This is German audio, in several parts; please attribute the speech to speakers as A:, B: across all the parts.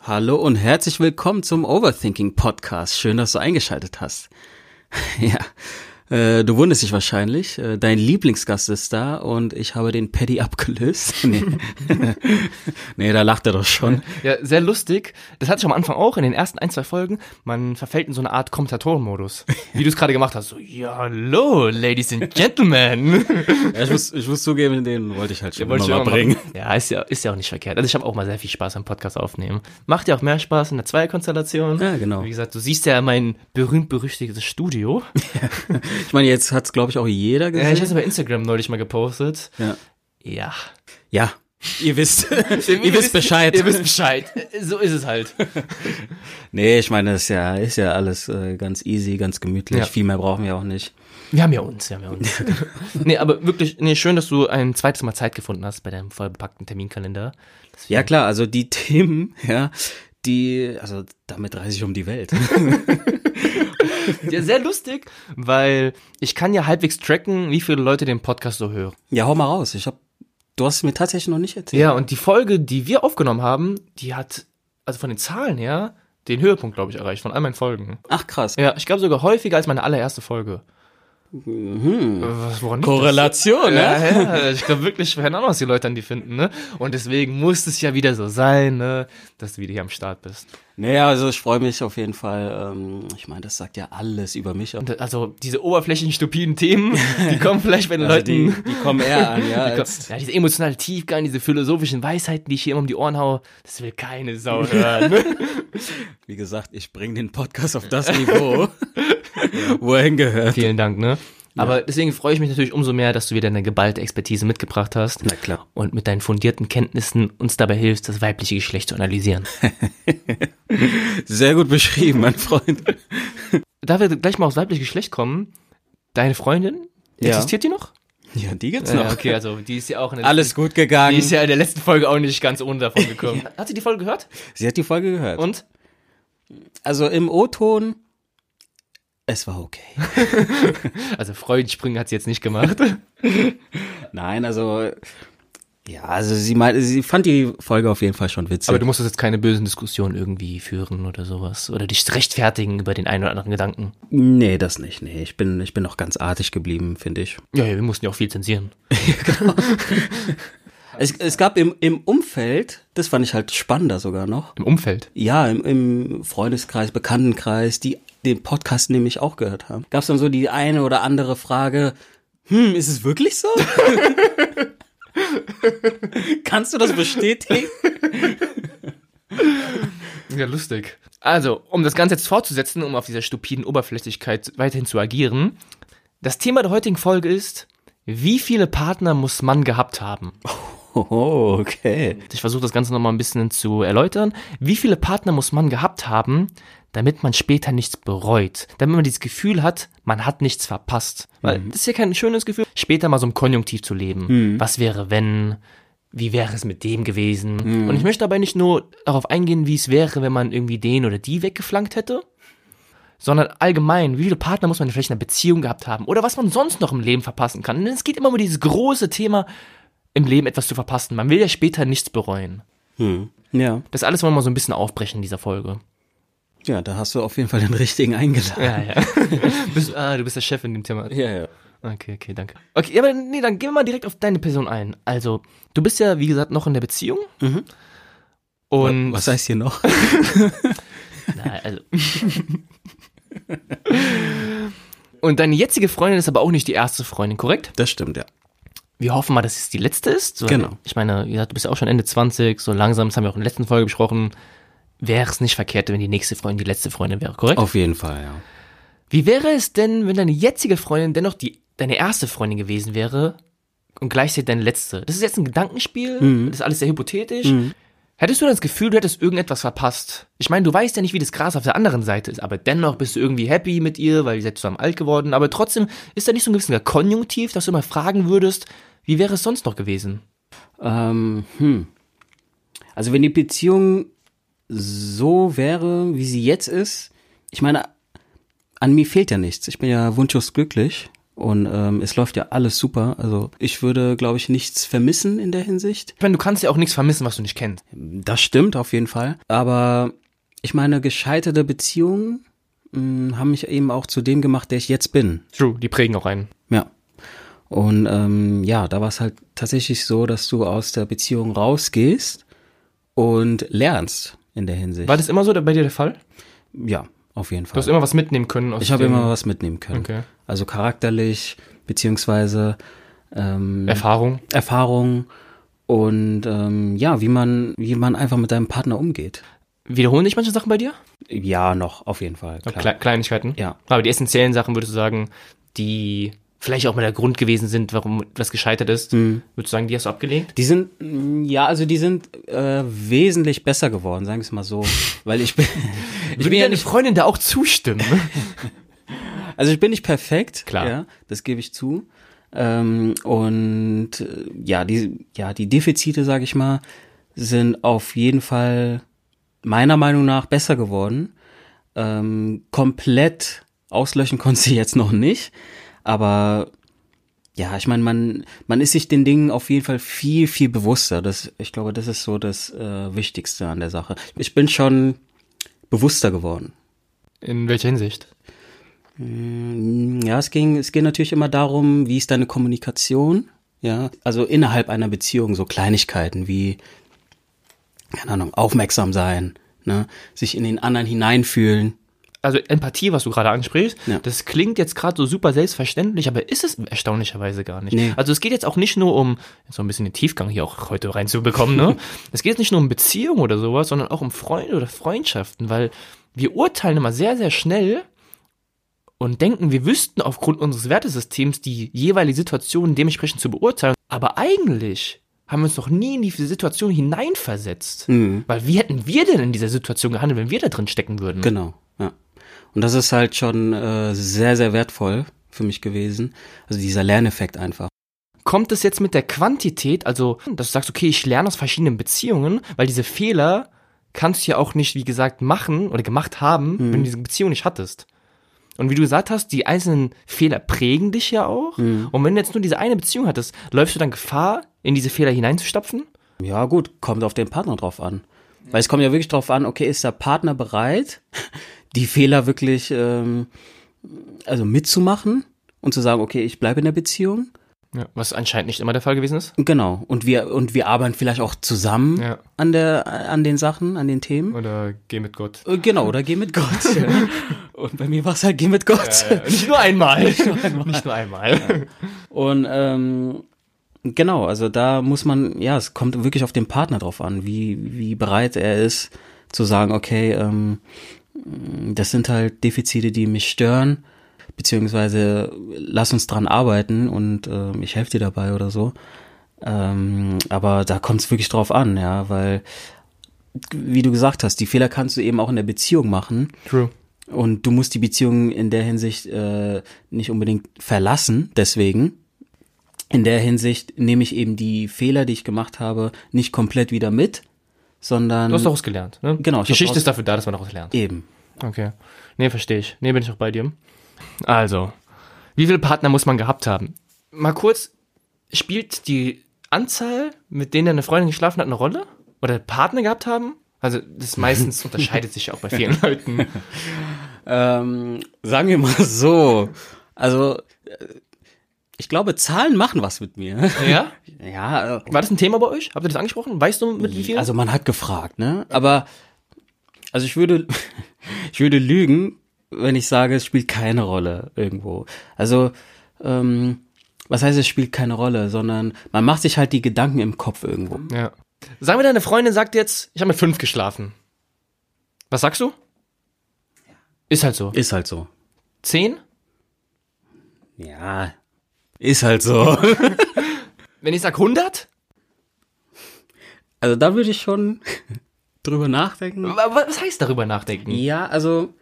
A: Hallo und herzlich willkommen zum Overthinking Podcast. Schön, dass du eingeschaltet hast. ja, äh, du wunderst dich wahrscheinlich. Äh, dein Lieblingsgast ist da und ich habe den Paddy abgelöst. nee. nee, da lacht er doch schon.
B: Ja, sehr lustig. Das hatte ich am Anfang auch in den ersten ein, zwei Folgen. Man verfällt in so eine Art Kommentatorenmodus. Wie du es gerade gemacht hast. So, ja, hallo, Ladies and Gentlemen.
A: Ja, ich, muss, ich muss zugeben, den wollte ich halt schon
B: Wollte
A: immer
B: ich
A: mal
B: immer
A: bringen.
B: machen. Ja, ist ja, ist ja auch nicht verkehrt. Also ich habe auch mal sehr viel Spaß am Podcast aufnehmen. Macht ja auch mehr Spaß in der Zweierkonstellation.
A: Ja, genau.
B: Wie gesagt, du siehst ja mein berühmt-berüchtigtes Studio.
A: Ich meine, jetzt hat's glaube ich auch jeder
B: Ja, ich habe
A: gesehen.
B: es bei Instagram neulich mal gepostet.
A: Ja,
B: Ja.
A: ja. ihr wisst, ihr wisst Bescheid.
B: Ihr wisst Bescheid. So ist es halt.
A: Nee, ich meine, das ist ja, ist ja alles äh, ganz easy, ganz gemütlich.
B: Ja.
A: Viel mehr brauchen wir auch nicht.
B: Wir haben ja uns, wir haben ja uns. nee, aber wirklich, nee, schön, dass du ein zweites Mal Zeit gefunden hast bei deinem vollbepackten Terminkalender.
A: Ja klar, also die Themen, ja, die, also damit reise ich um die Welt.
B: Ja, sehr lustig, weil ich kann ja halbwegs tracken, wie viele Leute den Podcast so hören.
A: ja, hau mal raus. Ich hab, du hast es mir tatsächlich noch nicht erzählt.
B: Ja, und die Folge, die wir aufgenommen haben, die hat, also von den Zahlen her, den Höhepunkt, glaube ich, erreicht, von all meinen Folgen.
A: Ach krass.
B: Ja, ich glaube sogar häufiger als meine allererste Folge. Mhm. Was, woran liegt das?
A: Korrelation, ne?
B: Ja, ja, ich glaube wirklich, keine Ahnung, was die Leute an die finden, ne? Und deswegen muss es ja wieder so sein, ne, dass du wieder hier am Start bist.
A: Naja, also ich freue mich auf jeden Fall. Ähm, ich meine, das sagt ja alles über mich.
B: Und also diese oberflächlichen, stupiden Themen, die kommen vielleicht bei den
A: Also die,
B: Leuten.
A: die kommen eher an,
B: Ah,
A: ja. Als,
B: ja, diese emotionale Tiefgang, diese philosophischen Weisheiten, die ich hier immer um die Ohren hau, das will keine Sau hören. ne?
A: wie gesagt, ich bringe den Podcast auf das Niveau, wo er hingehört.
B: Vielen Dank, ne? Aber deswegen freue ich mich natürlich umso mehr, dass du wieder deine geballte Expertise mitgebracht hast
A: Na klar.
B: und mit deinen fundierten Kenntnissen uns dabei hilfst, das weibliche Geschlecht zu analysieren.
A: Sehr gut beschrieben, mein Freund.
B: da wir gleich mal aufs weibliche Geschlecht kommen, deine Freundin,
A: Ja.
B: existiert die noch?
A: Ja, die gibt's
B: Ja,
A: noch.
B: okay, also die ist ja auch in der,
A: Alles gut
B: die
A: gegangen.
B: ist ja in der letzten Folge auch nicht ganz ohne davon gekommen. Hat sie die Folge gehört?
A: Sie hat die Folge gehört.
B: Und?
A: Also im O-Ton, es war okay.
B: Also Freudenspringen hat sie jetzt nicht gemacht.
A: Nein, also ja, also sie meinte, sie fand die Folge auf jeden Fall schon witzig.
B: Aber du musstest jetzt keine bösen Diskussionen irgendwie führen oder sowas. Oder dich rechtfertigen über den einen oder anderen Gedanken.
A: nee, das nicht. Nee, ich bin ich bin noch ganz artig geblieben, finde ich.
B: Ja, ja, wir mussten ja auch viel zensieren.
A: Es, es gab im im Umfeld, das fand ich halt spannender sogar noch.
B: Im Umfeld.
A: Ja, im, im Freundeskreis, Bekanntenkreis, die den Podcast nämlich auch gehört haben. Gab es dann so die eine oder andere Frage, hm, ist es wirklich so? Kannst du das bestätigen?
B: Ja, lustig. Also, um das Ganze jetzt fortzusetzen, um auf dieser stupiden Oberflächlichkeit weiterhin zu agieren. Das Thema der heutigen Folge ist, wie viele Partner muss man gehabt haben?
A: Oh, okay.
B: Ich versuche das Ganze nochmal ein bisschen zu erläutern. Wie viele Partner muss man gehabt haben, damit man später nichts bereut? Damit man dieses Gefühl hat, man hat nichts verpasst. Weil das ist ja kein schönes Gefühl, später mal so im Konjunktiv zu leben. Was wäre, wenn? Wie wäre es mit dem gewesen? Und ich möchte dabei nicht nur darauf eingehen, wie es wäre, wenn man irgendwie den oder die weggeflankt hätte, sondern allgemein, wie viele Partner muss man vielleicht in einer Beziehung gehabt haben oder was man sonst noch im Leben verpassen kann. Denn es geht immer um dieses große Thema, im Leben etwas zu verpassen. Man will ja später nichts bereuen.
A: Hm. Ja.
B: Das alles wollen wir so ein bisschen aufbrechen in dieser Folge.
A: Ja, da hast du auf jeden Fall den richtigen eingeladen.
B: Ja, ja. bist, ah, du bist der Chef in dem Thema.
A: Ja, ja.
B: Okay, okay, danke. Okay, aber nee, dann gehen wir mal direkt auf deine Person ein. Also, du bist ja, wie gesagt, noch in der Beziehung. Und
A: Was heißt hier noch?
B: Na, also. Und deine jetzige Freundin ist aber auch nicht die erste Freundin, korrekt?
A: Das stimmt, ja.
B: Wir hoffen mal, dass es die letzte ist. So,
A: Genau.
B: Ich meine, wie gesagt, du bist ja auch schon Ende 20, so langsam, das haben wir auch in der letzten Folge besprochen. Wäre es nicht verkehrt, wenn die nächste Freundin die letzte Freundin wäre, korrekt?
A: Auf jeden Fall, ja.
B: Wie wäre es denn, wenn deine jetzige Freundin dennoch die, deine erste Freundin gewesen wäre und gleichzeitig deine letzte? Das ist jetzt ein Gedankenspiel,
A: Mhm.
B: das ist alles sehr hypothetisch. Hättest du dann das Gefühl, du hättest irgendetwas verpasst? Ich meine, du weißt ja nicht, wie das Gras auf der anderen Seite ist, aber dennoch bist du irgendwie happy mit ihr, weil ihr seid zusammen alt geworden. Aber trotzdem ist da nicht so ein gewisser Konjunktiv, dass du immer fragen würdest, wie wäre es sonst noch gewesen?
A: Ähm, hm. Also wenn die Beziehung so wäre, wie sie jetzt ist, ich meine, an mir fehlt ja nichts. Ich bin ja wunschlos glücklich. Und ähm, es läuft ja alles super. Also ich würde, glaube ich, nichts vermissen in der Hinsicht.
B: Ich meine, du kannst ja auch nichts vermissen, was du nicht kennst.
A: Das stimmt auf jeden Fall. Aber ich meine, gescheiterte Beziehungen mh, haben mich eben auch zu dem gemacht, der ich jetzt bin.
B: True, die prägen auch einen.
A: Ja. Und ähm, ja, da war es halt tatsächlich so, dass du aus der Beziehung rausgehst und lernst in der Hinsicht.
B: War das immer so bei dir der Fall?
A: ja, auf jeden
B: Du
A: Fall.
B: hast immer was mitnehmen können aus
A: Ich habe
B: den
A: immer was mitnehmen können.
B: Okay.
A: Also charakterlich, beziehungsweise ähm,
B: Erfahrungen.
A: Erfahrung und ähm, ja, wie man, wie man einfach mit deinem Partner umgeht.
B: Wiederholen sich manche Sachen bei dir?
A: Ja, noch, auf jeden Fall. Klar.
B: Kle Kleinigkeiten?
A: Ja.
B: Aber die essentiellen Sachen, würdest du sagen, die vielleicht auch mal der Grund gewesen sind, warum was gescheitert ist,
A: Mhm.
B: würdest du sagen, die hast du abgelegt?
A: Die sind, mm, ja, also die sind äh, wesentlich besser geworden, sagen wir es mal so. Weil ich bin, ich bin ja nicht,
B: Freundin da auch zustimmen?
A: also ich bin nicht perfekt.
B: Klar.
A: Ja, das gebe ich zu. Ähm, und äh, ja, die, ja, die Defizite, sage ich mal, sind auf jeden Fall meiner Meinung nach besser geworden. Ähm, komplett auslöschen konnte sie jetzt noch nicht, aber ja, ich meine, man, man ist sich den Dingen auf jeden Fall viel, viel bewusster. Das, ich glaube, das ist so das äh, Wichtigste an der Sache. Ich bin schon bewusster geworden.
B: In welcher Hinsicht?
A: Ähm, Ja, es ging, es ging natürlich immer darum, wie ist deine Kommunikation? Ja, also innerhalb einer Beziehung so Kleinigkeiten wie, keine Ahnung, aufmerksam sein, ne, sich in den anderen hineinfühlen.
B: Also Empathie, was du gerade ansprichst,
A: Ja.
B: das klingt jetzt gerade so super selbstverständlich, aber ist es erstaunlicherweise gar nicht.
A: Nee.
B: Also es geht jetzt auch nicht nur um, so ein bisschen den Tiefgang hier auch heute reinzubekommen, ne? es geht jetzt nicht nur um Beziehungen oder sowas, sondern auch um Freunde oder Freundschaften, weil wir urteilen immer sehr, sehr schnell und denken, wir wüssten aufgrund unseres Wertesystems die jeweilige Situation dementsprechend zu beurteilen. Aber eigentlich haben wir uns noch nie in die Situation hineinversetzt. Weil wie hätten wir denn in dieser Situation gehandelt, wenn wir da drin stecken würden?
A: Genau, ja. Und das ist halt schon äh, sehr, sehr wertvoll für mich gewesen. Also dieser Lerneffekt einfach.
B: Kommt es jetzt mit der Quantität, also dass du sagst, okay, ich lerne aus verschiedenen Beziehungen, weil diese Fehler kannst du ja auch nicht, wie gesagt, machen oder gemacht
A: Mhm.
B: haben, wenn du diese Beziehung nicht hattest. Und wie du gesagt hast, die einzelnen Fehler prägen dich ja auch.
A: Mhm.
B: Und wenn du jetzt nur diese eine Beziehung hattest, läufst du dann Gefahr, in diese Fehler hineinzustapfen?
A: Ja, gut, kommt auf den Partner drauf an. Weil es kommt ja wirklich drauf an, okay, ist der Partner bereit, die Fehler wirklich ähm, also mitzumachen und zu sagen, okay, ich bleibe in der Beziehung.
B: Ja, was anscheinend nicht immer der Fall gewesen ist.
A: Genau. Und wir und wir arbeiten vielleicht auch zusammen
B: Ja.
A: an der an den Sachen, an den Themen.
B: Oder geh mit Gott.
A: Äh, Genau, oder geh mit Gott. und bei mir war es halt geh mit Gott.
B: Äh, Nicht nur einmal. nicht nur einmal. Nicht nur einmal.
A: Und ähm, genau, also da muss man, ja, es kommt wirklich auf den Partner drauf an, wie, wie bereit er ist zu sagen, okay, ähm, das sind halt Defizite, die mich stören, beziehungsweise lass uns dran arbeiten und ähm, ich helfe dir dabei oder so. Ähm, aber da kommt es wirklich drauf an, ja, weil, wie du gesagt hast, die Fehler kannst du eben auch in der Beziehung machen.
B: True.
A: Und du musst die Beziehung in der Hinsicht äh, nicht unbedingt verlassen. Deswegen, in der Hinsicht nehme ich eben die Fehler, die ich gemacht habe, nicht komplett wieder mit, sondern
B: Du hast daraus gelernt. Ne?
A: Genau, ich hab
B: Geschichte
A: daraus-
B: ist dafür da, dass man daraus lernt.
A: eben.
B: Okay. Nee, verstehe ich. Nee, bin ich auch bei dir. Also, wie viele Partner muss man gehabt haben? Mal kurz, spielt die Anzahl, mit denen deine Freundin geschlafen hat, eine Rolle? Oder Partner gehabt haben? Also, das meistens unterscheidet sich ja auch bei vielen Leuten.
A: Ähm, sagen wir mal so. Also, äh, ich glaube, Zahlen machen was mit mir.
B: Ja?
A: Ja, äh,
B: War das ein Thema bei euch? Habt ihr das angesprochen? Weißt du, mit wie vielen?
A: also man hat gefragt, ne? Aber, also ich würde, ich würde lügen, wenn ich sage, es spielt keine Rolle irgendwo. Also, ähm, was heißt, es spielt keine Rolle, sondern man macht sich halt die Gedanken im Kopf irgendwo.
B: ja. Sagen wir, deine Freundin sagt jetzt, ich habe mit fünf geschlafen. Was sagst du? Ist halt so.
A: Ist halt so.
B: Zehn?
A: Ja. Ist halt so.
B: Wenn ich sag 100?
A: Also da würde ich schon drüber nachdenken.
B: Wa- wa- Was heißt darüber nachdenken?
A: Ja, also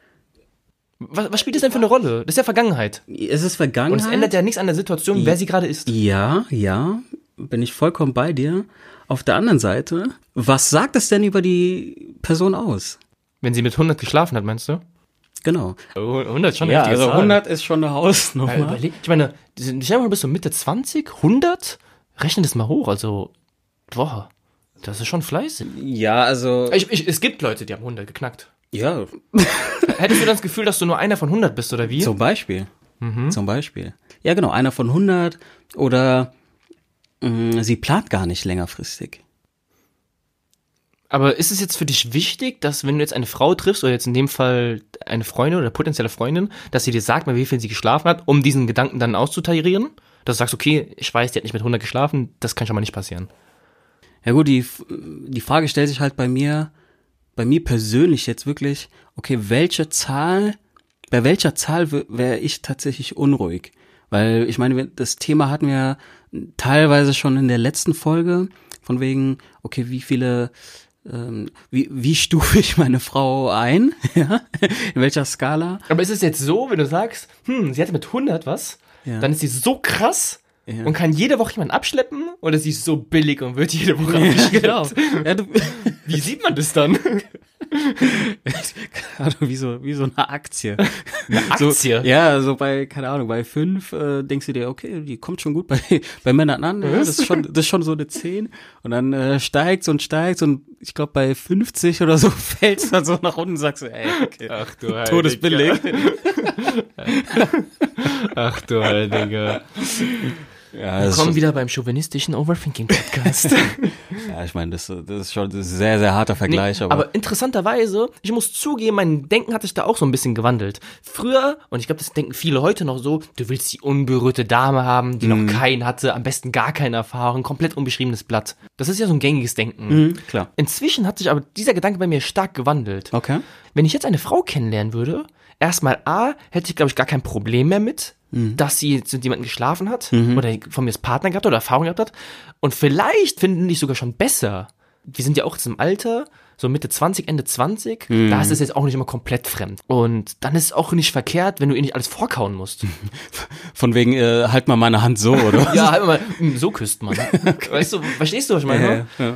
B: Was, was spielt das denn für eine Rolle? Das ist ja Vergangenheit.
A: es ist
B: Und
A: Vergangenheit.
B: es ändert ja nichts an der Situation, wer sie gerade ist.
A: Ja, ja, bin ich vollkommen bei dir. Auf der anderen Seite, was sagt es denn über die Person aus?
B: Wenn sie mit 100 geschlafen hat, meinst du?
A: Genau.
B: 100 schon eine
A: Ja,
B: heftige
A: also
B: Zahl.
A: 100 ist schon eine
B: Ja,
A: Hausnummer.
B: überleg, ich meine, stell mal, du bist so Mitte 20, 100, rechne das mal hoch, also, boah, das ist schon fleißig.
A: Ja, also,
B: Ich, ich, es gibt Leute, die haben 100 geknackt.
A: ja,
B: Hättest du dann das Gefühl, dass du nur einer von 100 bist, oder wie?
A: zum Beispiel. Zum Beispiel. Ja, genau, einer von 100 oder mh, sie plant gar nicht längerfristig.
B: Aber ist es jetzt für dich wichtig, dass wenn du jetzt eine Frau triffst, oder jetzt in dem Fall eine Freundin oder potenzielle Freundin, dass sie dir sagt, mal wie viel sie geschlafen hat, um diesen Gedanken dann auszutarieren? Dass du sagst, okay, ich weiß, die hat nicht mit 100 geschlafen, das kann schon mal nicht passieren.
A: Ja gut, die, F- die Frage stellt sich halt bei mir, bei mir persönlich jetzt wirklich, okay, welche Zahl, bei welcher Zahl wäre ich tatsächlich unruhig? Weil ich meine, wir- das Thema hatten wir teilweise schon in der letzten Folge, von wegen, okay, wie viele, ähm, wie, wie stufe ich meine Frau ein? Ja? In welcher Skala?
B: Aber ist es jetzt so, wenn du sagst, hm, sie hatte mit 100 was,
A: Ja.
B: dann ist sie so krass
A: Ja.
B: und kann jede Woche jemanden abschleppen oder sie ist so billig und wird jede Woche abgeschleppt?
A: genau. Ja, du,
B: Wie sieht man das dann?
A: Keine Ahnung, wie so, wie so eine Aktie.
B: Aktie?
A: So, ja, so bei, keine Ahnung, bei fünf äh, denkst du dir, okay, die kommt schon gut bei, bei Männern an, ja, das, ist schon, das ist schon so eine 10 und dann äh, steigt's und steigt's und ich glaube bei 50 oder so fällt's dann so nach unten und sagst du, ey, okay,
B: Ach du Heiliger.
A: Todesbillig.
B: Ach du Heiliger.
A: Ja, das ist
B: Komm
A: schon,
B: wieder beim chauvinistischen Overthinking-Podcast.
A: ja ich meine, das, das ist schon das ist ein sehr, sehr harter
B: Nee,
A: Vergleich,
B: aber,
A: aber,
B: interessanterweise, ich muss zugeben, mein Denken hat sich da auch so ein bisschen gewandelt. Früher, und ich glaube, das denken viele heute noch so, du willst die unberührte Dame haben, die
A: Mhm.
B: noch keinen hatte, am besten gar keine Erfahrung, komplett unbeschriebenes Blatt. Das ist ja so ein gängiges Denken.
A: Mhm, klar.
B: Inzwischen hat sich aber dieser Gedanke bei mir stark gewandelt.
A: Okay.
B: Wenn ich jetzt eine Frau kennenlernen würde, erstmal A, hätte ich, glaube ich, gar kein Problem mehr mit,
A: Mhm.
B: dass sie jetzt mit jemandem geschlafen hat oder von mir als Partner gehabt oder Erfahrung gehabt hat. Und vielleicht finden die es sogar schon besser. Wir sind ja auch jetzt im Alter, so Mitte 20, Ende 20,
A: Mhm.
B: da ist es jetzt auch nicht immer komplett fremd. Und dann ist es auch nicht verkehrt, wenn du ihr nicht alles vorkauen musst.
A: Von wegen, äh, halt mal meine Hand so, oder?
B: ja, halt mal, "Mm, so küsst man. Weißt du, verstehst du, was ich meine?
A: ja.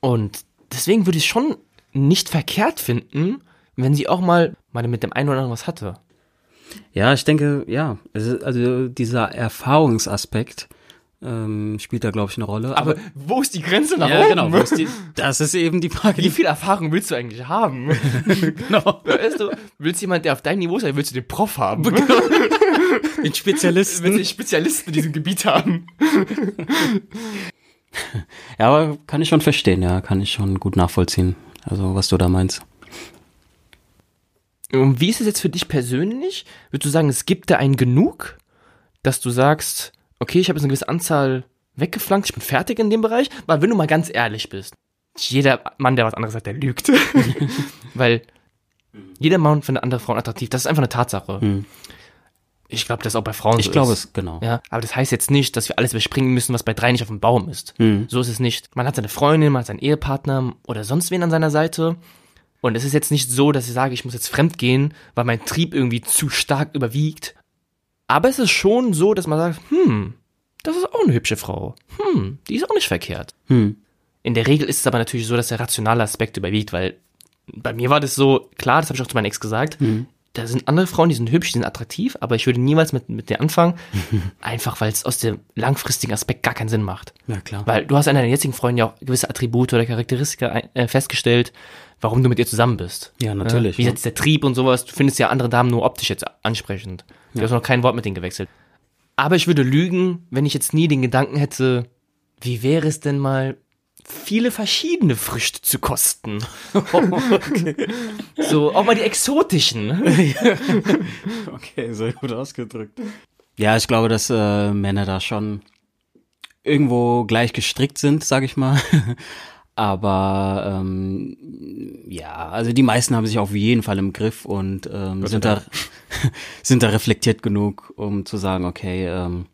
B: Und deswegen würde ich schon nicht verkehrt finden, wenn sie auch mal, mal mit dem einen oder anderen was hatte.
A: Ja, ich denke, ja. Es ist- Also dieser Erfahrungsaspekt ähm, spielt da, glaube ich, eine Rolle.
B: Aber wo ist die Grenze nach
A: ja,
B: oben?
A: genau. wo ist die- Das ist eben die Frage.
B: Wie
A: Die,
B: viel Erfahrung willst du eigentlich haben? Äh,
A: genau.
B: Weißt du, willst du jemanden, der auf deinem Niveau ist, oder willst du den Prof haben? Willst
A: Den
B: du
A: Spezialisten.
B: einen Spezialisten in diesem Gebiet haben?
A: Ja, aber kann ich schon verstehen, ja. Kann ich schon gut nachvollziehen. Also, was du da meinst.
B: Und wie ist es jetzt für dich persönlich? Würdest du sagen, es gibt da einen genug, dass du sagst, okay, ich habe jetzt eine gewisse Anzahl weggeflankt, ich bin fertig in dem Bereich? Weil wenn du mal ganz ehrlich bist, jeder Mann, der was anderes sagt, der lügt. Weil jeder Mann findet andere Frauen attraktiv. Das ist einfach eine Tatsache. Ich glaube, das ist auch bei Frauen so
A: Ich glaube
B: ist.
A: es, genau.
B: Ja, aber das heißt jetzt nicht, dass wir alles überspringen müssen, was bei drei nicht auf dem Baum ist. So ist es nicht. Man hat seine Freundin, man hat seinen Ehepartner oder sonst wen an seiner Seite. Und es ist jetzt nicht so, dass ich sage, ich muss jetzt fremd gehen, weil mein Trieb irgendwie zu stark überwiegt. Aber es ist schon so, dass man sagt, hm, das ist auch eine hübsche Frau. Hm, die ist auch nicht verkehrt.
A: Hm.
B: In der Regel ist es aber natürlich so, dass der rationale Aspekt überwiegt, weil bei mir war das so, klar, das habe ich auch zu meinem Ex gesagt, da sind andere Frauen, die sind hübsch, die sind attraktiv, aber ich würde niemals mit, mit der anfangen, einfach weil es aus dem langfristigen Aspekt gar keinen Sinn macht.
A: Ja, klar.
B: Weil du hast an deiner jetzigen Freundin ja auch gewisse Attribute oder Charakteristika ein- äh, festgestellt, warum du mit ihr zusammen bist. Äh,
A: Ja, natürlich, ne?
B: Wie
A: ja.
B: jetzt der Trieb und sowas, du findest ja andere Damen nur optisch jetzt ansprechend. Du hast noch kein Wort mit denen gewechselt. Aber ich würde lügen, wenn ich jetzt nie den Gedanken hätte, wie wäre es denn mal, viele verschiedene Früchte zu kosten? So, auch mal die exotischen.
A: Okay, sehr gut ausgedrückt. Ja, ich glaube, dass äh, Männer da schon irgendwo gleich gestrickt sind, sag ich mal. Aber ähm, ja, also die meisten haben sich auf jeden Fall im Griff und ähm, sind, da, sind da reflektiert genug, um zu sagen, okay, ähm,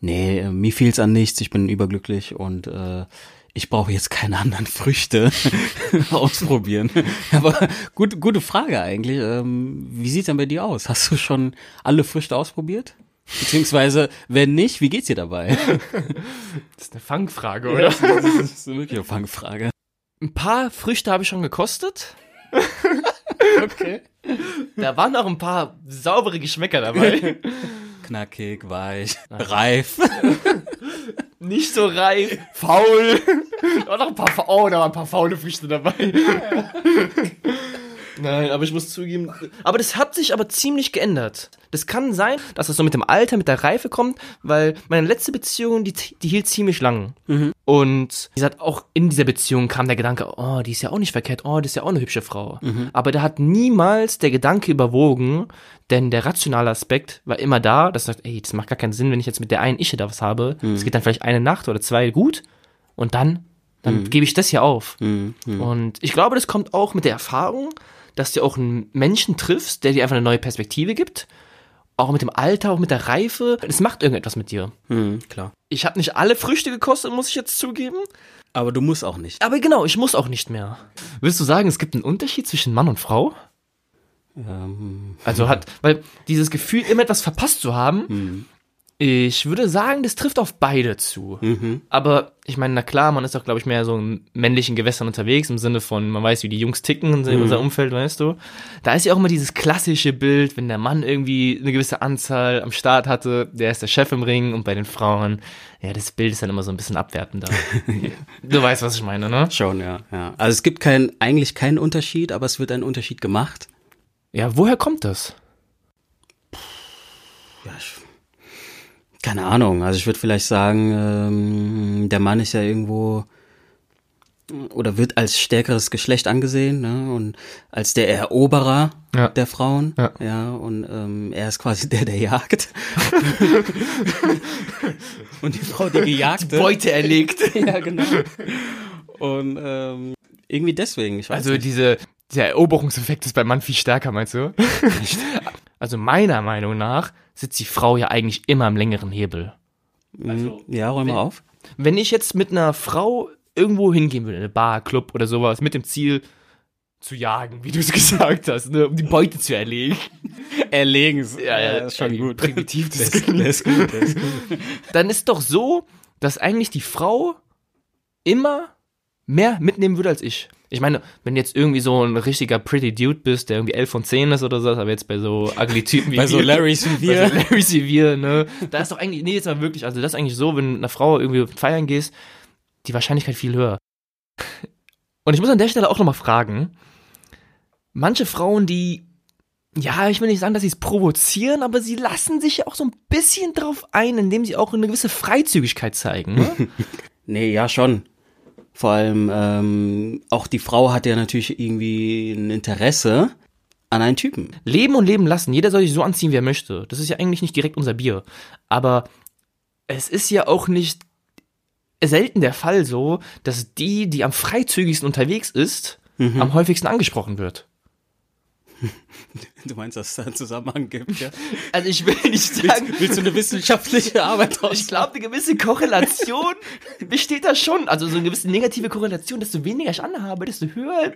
A: nee, äh, mir fehlt's an nichts, ich bin überglücklich und äh, ich brauche jetzt keine anderen Früchte ausprobieren. Aber gut, gute Frage eigentlich. Ähm, wie sieht's denn bei dir aus? Hast du schon alle Früchte ausprobiert? Beziehungsweise, wenn nicht, wie geht's dir dabei?
B: Das ist eine Fangfrage, oder?
A: Das ist wirklich eine Fangfrage.
B: Ein paar Früchte habe ich schon gekostet. Okay. Da waren auch ein paar saubere Geschmäcker dabei.
A: Knackig, weich, reif.
B: Nicht so reif, faul. Da waren noch ein paar, fa- oh, da waren ein paar faule Früchte dabei. Nein, aber ich muss zugeben. Aber das hat sich aber ziemlich geändert. Das kann sein, dass das so mit dem Alter, mit der Reife kommt, weil meine letzte Beziehung, die, die hielt ziemlich lang. Und wie gesagt, auch in dieser Beziehung kam der Gedanke, oh, die ist ja auch nicht verkehrt, oh, das ist ja auch eine hübsche Frau. Aber da hat niemals der Gedanke überwogen, denn der rationale Aspekt war immer da, dass sagt, ey, das macht gar keinen Sinn, wenn ich jetzt mit der einen Ische da was habe. Es geht dann vielleicht eine Nacht oder zwei gut und dann, dann gebe ich das hier auf.
A: Mhm,
B: Und ich glaube, das kommt auch mit der Erfahrung, dass du auch einen Menschen triffst, der dir einfach eine neue Perspektive gibt. Auch mit dem Alter, auch mit der Reife. Es macht irgendetwas mit dir.
A: Hm, klar.
B: Ich habe nicht alle Früchte gekostet, muss ich jetzt zugeben.
A: Aber du musst auch nicht.
B: Aber genau, ich muss auch nicht mehr. Willst du sagen, es gibt einen Unterschied zwischen Mann und Frau?
A: Ähm,
B: Also hat, weil dieses Gefühl, immer etwas verpasst zu haben, ich würde sagen, das trifft auf beide zu. Aber ich meine, na klar, man ist doch, glaube ich, mehr so in männlichen Gewässern unterwegs, im Sinne von, man weiß, wie die Jungs ticken in unserem Umfeld, weißt du. Da ist ja auch immer dieses klassische Bild, wenn der Mann irgendwie eine gewisse Anzahl am Start hatte, der ist der Chef im Ring und bei den Frauen, ja, das Bild ist dann immer so ein bisschen abwertender. du weißt, was ich meine, ne?
A: schon, ja, ja. Also es gibt kein, eigentlich keinen Unterschied, aber es wird ein Unterschied gemacht.
B: Ja, woher kommt das?
A: Ja, ich, keine Ahnung. Also ich würde vielleicht sagen, ähm, der Mann ist ja irgendwo oder wird als stärkeres Geschlecht angesehen ne? und als der Eroberer
B: Ja.
A: der Frauen.
B: Ja.
A: und ähm, er ist quasi der, der jagt. und die Frau, die gejagt wird.
B: Beute erlegt.
A: Ja, genau. Und ähm, irgendwie deswegen, ich weiß
B: Also diese, der Eroberungseffekt ist beim Mann viel stärker, meinst du? also meiner Meinung nach sitzt die Frau ja eigentlich immer am längeren Hebel.
A: nicht. Mhm. Ja, räum mal
B: Also
A: auf.
B: Wenn ich jetzt mit einer Frau irgendwo hingehen würde, in eine Bar, Club oder sowas, mit dem Ziel zu jagen, wie du es gesagt hast, ne? um die Beute zu erlegen.
A: Erlegen's.
B: ey, Primitiv,
A: Das,
B: das
A: das ist gut, das ist gut.
B: dann ist doch so, dass eigentlich die Frau immer mehr mitnehmen würde als ich. Ich meine, wenn du jetzt irgendwie so ein richtiger Pretty Dude bist, der irgendwie 11 von 10 ist oder so, aber jetzt bei so ugly Typen wie
A: Bei so
B: mir-
A: Larrys wie
B: bei so
A: wir.
B: Larry Sevier, ne? Da ist doch eigentlich, nee, jetzt mal wirklich, also das ist eigentlich so, wenn du mit einer Frau irgendwie feiern gehst, die Wahrscheinlichkeit viel höher. Und ich muss an der Stelle auch nochmal fragen, manche Frauen, die, ja, ich will nicht sagen, dass sie es provozieren, aber sie lassen sich ja auch so ein bisschen drauf ein, indem sie auch eine gewisse Freizügigkeit zeigen. Ne?
A: Nee, ja, schon. Vor allem, ähm, auch die Frau hat ja natürlich irgendwie ein Interesse an einen Typen.
B: leben und leben lassen. Jeder soll sich so anziehen, wie er möchte. Das ist ja eigentlich nicht direkt unser Bier. Aber es ist ja auch nicht selten der Fall so, dass die, die am freizügigsten unterwegs ist, am häufigsten angesprochen wird.
A: Du meinst, dass es da einen Zusammenhang gibt, ja?
B: Also ich will nicht sagen,
A: Willst du eine wissenschaftliche Arbeit
B: ich
A: aus?
B: glaube, eine gewisse Korrelation besteht da schon. Also so eine gewisse negative Korrelation, desto weniger ich anhabe, desto höher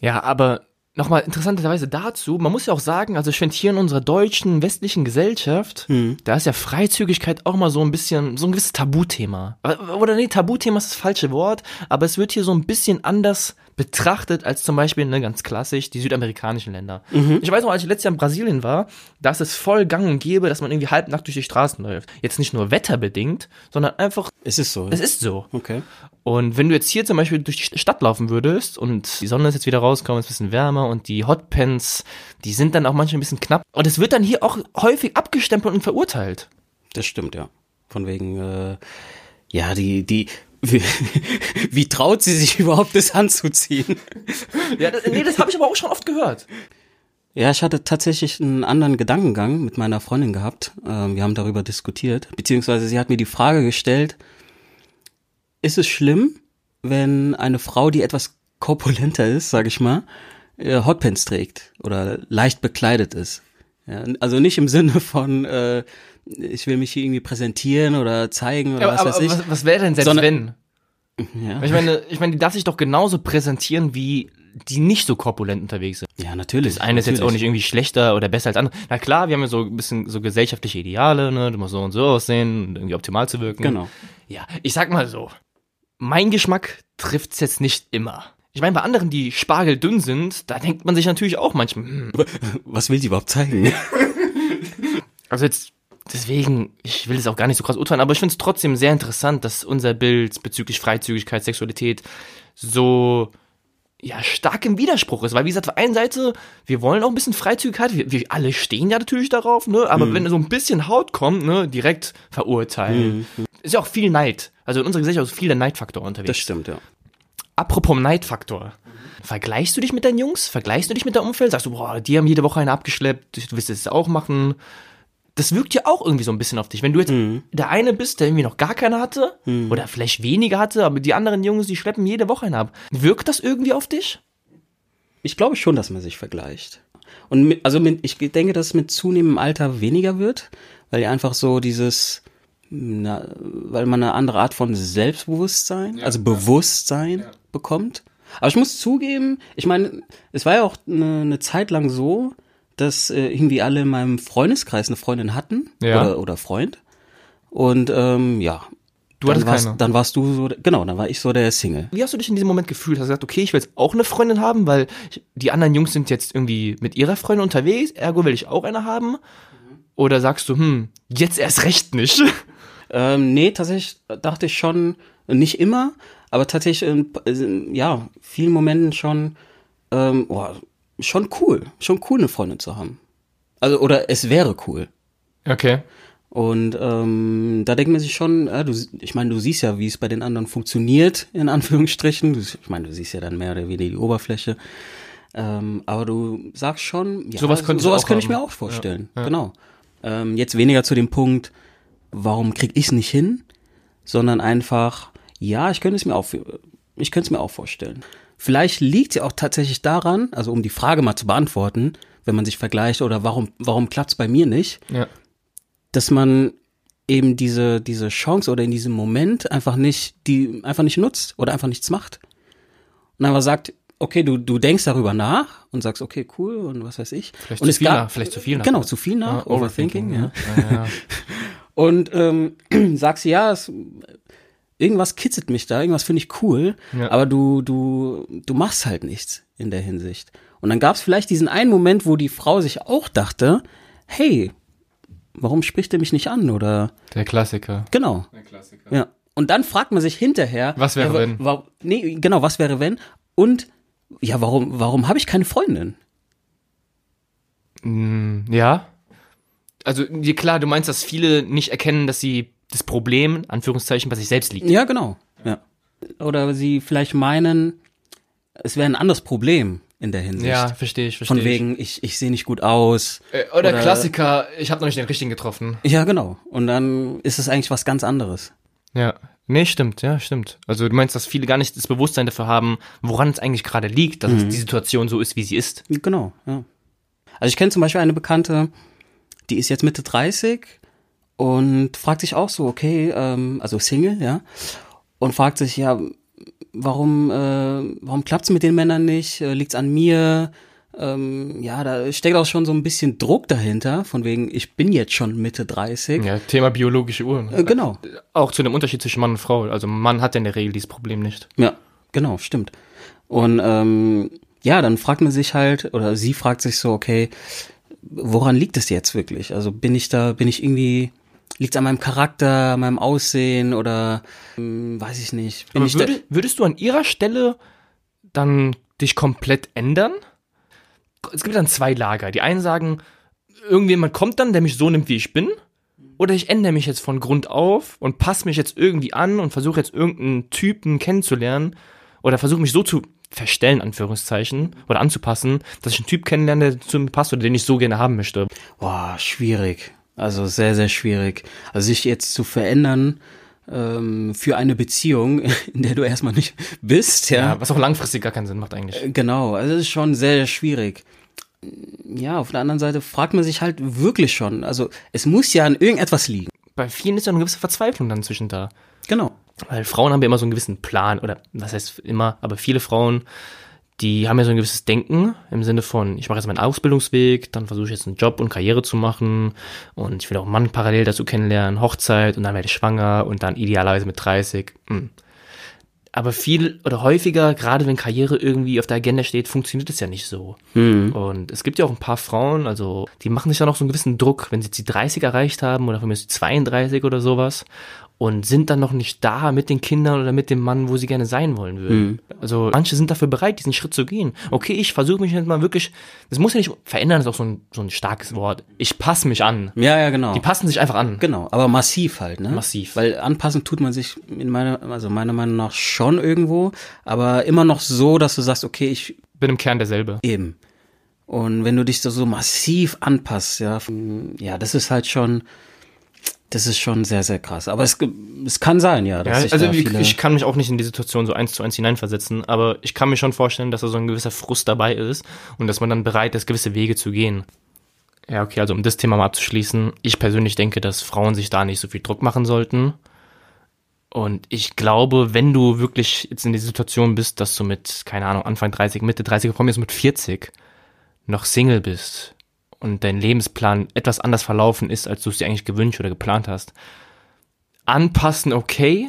B: Ja, aber nochmal interessanterweise dazu, man muss ja auch sagen, also ich finde hier in unserer deutschen, westlichen Gesellschaft, da ist ja Freizügigkeit auch mal so ein bisschen, so ein gewisses Tabuthema. Oder nee, Tabuthema ist das falsche Wort, aber es wird hier so ein bisschen anders betrachtet als zum Beispiel, ne, ganz klassisch, die südamerikanischen Länder. Ich weiß noch, als ich letztes Jahr in Brasilien war, da ist es voll gang und gäbe, dass man irgendwie halbnackt durch die Straßen läuft. Jetzt nicht nur wetterbedingt, sondern einfach,
A: Es ist so.
B: es ist so.
A: okay.
B: Und wenn du jetzt hier zum Beispiel durch die Stadt laufen würdest und die Sonne ist jetzt wieder rausgekommen, ist ein bisschen wärmer und die Hotpants, die sind dann auch manchmal ein bisschen knapp. Und es wird dann hier auch häufig abgestempelt und verurteilt.
A: Das stimmt, ja. Von wegen, äh, ja, die, die, wie, wie traut sie sich überhaupt, das anzuziehen?
B: Ja, das, Äh, nee, das habe ich aber auch schon oft gehört.
A: Ja, ich hatte tatsächlich einen anderen Gedankengang mit meiner Freundin gehabt. Ähm, wir haben darüber diskutiert, beziehungsweise sie hat mir die Frage gestellt, ist es schlimm, wenn eine Frau, die etwas korpulenter ist, sage ich mal, äh, Hotpants trägt oder leicht bekleidet ist? Ja, also nicht im Sinne von, äh, ich will mich hier irgendwie präsentieren oder zeigen oder
B: Aber,
A: was
B: aber
A: weiß ich.
B: was, was wäre denn selbst
A: Sondern-
B: wenn?
A: Ja.
B: Ich meine, ich meine, die darf sich doch genauso präsentieren wie die nicht so korpulent unterwegs sind.
A: ja, natürlich.
B: Das eine ist jetzt auch
A: natürlich.
B: nicht irgendwie schlechter oder besser als andere. Na klar, wir haben ja so ein bisschen so gesellschaftliche Ideale, ne? Du musst so und so aussehen, um irgendwie optimal zu wirken.
A: Genau.
B: Ja, ich sag mal so. Mein Geschmack trifft's jetzt nicht immer. Ich meine, bei anderen, die spargeldünn sind, da denkt man sich natürlich auch manchmal, hm,
A: Was will die überhaupt zeigen?
B: Also jetzt, deswegen, ich will es auch gar nicht so krass urteilen, aber ich finde es trotzdem sehr interessant, dass unser Bild bezüglich Freizügigkeit, Sexualität so ja, stark im Widerspruch ist. Weil, wie gesagt, auf der einen Seite, wir wollen auch ein bisschen Freizügigkeit, wir, wir alle stehen ja natürlich darauf, ne? Aber wenn so ein bisschen Haut kommt, ne, direkt verurteilen. Ist ja auch viel Neid. Also in unserer Gesellschaft ist viel der Neidfaktor unterwegs.
A: Das stimmt, ja.
B: Apropos Neidfaktor. Vergleichst du dich mit deinen Jungs? Vergleichst du dich mit deinem Umfeld? Sagst du, boah, die haben jede Woche eine abgeschleppt, du willst es auch machen. Das wirkt ja auch irgendwie so ein bisschen auf dich. Wenn du jetzt der eine bist, der irgendwie noch gar keine hatte oder vielleicht weniger hatte, aber die anderen Jungs, die schleppen jede Woche eine ab. Wirkt das irgendwie auf dich?
A: Ich glaube schon, dass man sich vergleicht. Und mit, also mit, ich denke, dass es mit zunehmendem Alter weniger wird, weil ja einfach so dieses, na, weil man eine andere Art von Selbstbewusstsein, also Bewusstsein bekommt. Aber ich muss zugeben, ich meine, es war ja auch eine, eine Zeit lang so, dass äh, irgendwie alle in meinem Freundeskreis eine Freundin hatten
B: Ja.
A: oder, oder Freund. Und ähm, ja.
B: Du hattest
A: dann warst,
B: keine.
A: Dann warst du so, genau, dann war ich so der Single.
B: Wie hast du dich in diesem Moment gefühlt? Hast du gesagt, okay, ich will jetzt auch eine Freundin haben, weil ich, die anderen Jungs sind jetzt irgendwie mit ihrer Freundin unterwegs, ergo will ich auch eine haben? Oder sagst du, hm, jetzt erst recht nicht?
A: Ähm, nee, tatsächlich dachte ich schon, äh, nicht immer, aber tatsächlich in, in ja, vielen Momenten schon, ähm, oh, schon cool, schon cool, eine Freundin zu haben. Also, oder es wäre cool.
B: Okay.
A: Und ähm, da denkt man sich schon, äh, du, ich meine, du siehst ja, wie es bei den anderen funktioniert, in Anführungsstrichen. Du, ich meine, du siehst ja dann mehr oder weniger die Oberfläche. Ähm, aber du sagst schon, ja,
B: Sowas könntest du
A: sowas
B: auch
A: könnte ich
B: haben.
A: mir auch vorstellen. Genau. Ähm, jetzt weniger zu dem Punkt, warum krieg ich es nicht hin, sondern einfach, ja, ich könnte es mir auch, ich könnte es mir auch vorstellen. Vielleicht liegt ja auch tatsächlich daran, also um die Frage mal zu beantworten, wenn man sich vergleicht oder warum, warum klappt's bei mir nicht,
B: Ja.
A: dass man eben diese, diese Chance oder in diesem Moment einfach nicht, die einfach nicht nutzt oder einfach nichts macht. Und einfach sagt, okay, du, du denkst darüber nach und sagst, okay, cool und was weiß ich.
B: Vielleicht
A: und
B: zu viel nach, vielleicht zu viel nach.
A: Genau, zu viel nach,
B: Ja,
A: Overthinking, ja.
B: Ah, Ja, Ah, ja.
A: Und ähm, sagst, ja, es, irgendwas kitzelt mich da, irgendwas finde ich cool,
B: Ja.
A: aber du, du, du machst halt nichts in der Hinsicht. Und dann gab es vielleicht diesen einen Moment, wo die Frau sich auch dachte, hey, warum spricht er mich nicht an oder
B: Der Klassiker.
A: Genau. Ja. Und dann fragt man sich hinterher,
B: Was wäre,
A: ja, wa-
B: wenn?
A: wa- nee, genau, was wäre wenn? Und ja, warum warum habe ich keine Freundin?
B: Ja. Also, dir klar, du meinst, dass viele nicht erkennen, dass sie das Problem, Anführungszeichen, bei sich selbst liegt.
A: Ja, genau. Ja. Oder sie vielleicht meinen, es wäre ein anderes Problem in der Hinsicht.
B: verstehe ich, verstehe
A: Von wegen, ich, ich sehe nicht gut aus.
B: Äh, Oder, Klassiker, ich habe noch nicht den richtigen getroffen.
A: Ja, genau. Und dann ist es eigentlich was ganz anderes.
B: Ja. Nee, stimmt, ja, stimmt. Also du meinst, dass viele gar nicht das Bewusstsein dafür haben, woran es eigentlich gerade liegt, dass es die Situation so ist, wie sie ist.
A: Genau, ja. Also ich kenne zum Beispiel eine Bekannte, die ist jetzt Mitte 30 und fragt sich auch so, okay, ähm, also Single, ja, und fragt sich, ja, warum, äh, warum klappt's mit den Männern nicht? Äh, Liegt's an mir? Ähm, ja, da steckt auch schon so ein bisschen Druck dahinter, von wegen, ich bin jetzt schon Mitte 30.
B: Ja, Thema biologische Uhr.
A: Äh, genau.
B: Auch zu dem Unterschied zwischen Mann und Frau. Also Mann hat in der Regel dieses Problem nicht.
A: Ja, genau, stimmt. Und ähm, ja, dann fragt man sich halt, oder sie fragt sich so, okay, woran liegt es jetzt wirklich? Also bin ich da, bin ich irgendwie, liegt an meinem Charakter, an meinem Aussehen oder hm, weiß ich nicht. Bin
B: Aber
A: ich da,
B: würde, würdest du an ihrer Stelle dann dich komplett ändern? Es gibt dann zwei Lager. Die einen sagen, irgendjemand kommt dann, der mich so nimmt, wie ich bin. Oder ich ändere mich jetzt von Grund auf und passe mich jetzt irgendwie an und versuche jetzt irgendeinen Typen kennenzulernen. Oder versuche mich so zu verstellen, Anführungszeichen, oder anzupassen, dass ich einen Typ kennenlerne, der zu mir passt oder den ich so gerne haben möchte.
A: boah, schwierig. Also sehr, sehr schwierig. Also sich jetzt zu verändern ähm, für eine Beziehung, in der du erstmal nicht bist, ja.
B: Ja, was auch langfristig gar keinen Sinn macht eigentlich.
A: Genau, also es ist schon sehr schwierig. Ja, auf der anderen Seite fragt man sich halt wirklich schon. Also es muss ja an irgendetwas liegen.
B: Bei vielen ist ja eine gewisse Verzweiflung dann zwischen da.
A: Genau.
B: Weil Frauen haben ja immer so einen gewissen Plan, oder was heißt immer, aber viele Frauen, die haben ja so ein gewisses Denken im Sinne von, ich mache jetzt meinen Ausbildungsweg, dann versuche ich jetzt einen Job und Karriere zu machen und ich will auch einen Mann parallel dazu kennenlernen, Hochzeit und dann werde ich schwanger und dann idealerweise mit 30. Hm. Aber viel oder häufiger, gerade wenn Karriere irgendwie auf der Agenda steht, funktioniert es ja nicht so. Und es gibt ja auch ein paar Frauen, also die machen sich dann auch so einen gewissen Druck, wenn sie jetzt die 30 erreicht haben oder von mir aus die 32 oder sowas und sind dann noch nicht da mit den Kindern oder mit dem Mann, wo sie gerne sein wollen würden. Also manche sind dafür bereit, diesen Schritt zu gehen. Okay, ich versuche mich jetzt mal wirklich, das muss ja nicht verändern, ist auch so ein, so ein starkes Wort. Ich passe mich an.
A: Ja, ja, genau.
B: Die passen sich einfach an.
A: Genau, aber massiv halt, ne?
B: Massiv.
A: Weil anpassen tut man sich in meiner, also meiner Meinung nach schon irgendwo, aber immer noch so, dass du sagst, okay, ich
B: Bin im Kern derselbe.
A: eben. Und wenn du dich da so massiv anpasst, ja, m, ja, das ist halt schon, das ist schon sehr, sehr krass. Aber es, ge- es kann sein, ja, dass
B: Ja,
A: sich
B: also
A: da
B: ich,
A: viele,
B: ich kann mich auch nicht in die Situation so eins zu eins hineinversetzen, aber ich kann mir schon vorstellen, dass da so ein gewisser Frust dabei ist und dass man dann bereit ist, gewisse Wege zu gehen. Ja, okay, also um das Thema mal abzuschließen, ich persönlich denke, dass Frauen sich da nicht so viel Druck machen sollten. Und ich glaube, wenn du wirklich jetzt in die Situation bist, dass du mit, keine Ahnung, Anfang 30, Mitte 30, komm jetzt mit 40 noch Single bist und dein Lebensplan etwas anders verlaufen ist, als du es dir eigentlich gewünscht oder geplant hast, anpassen okay,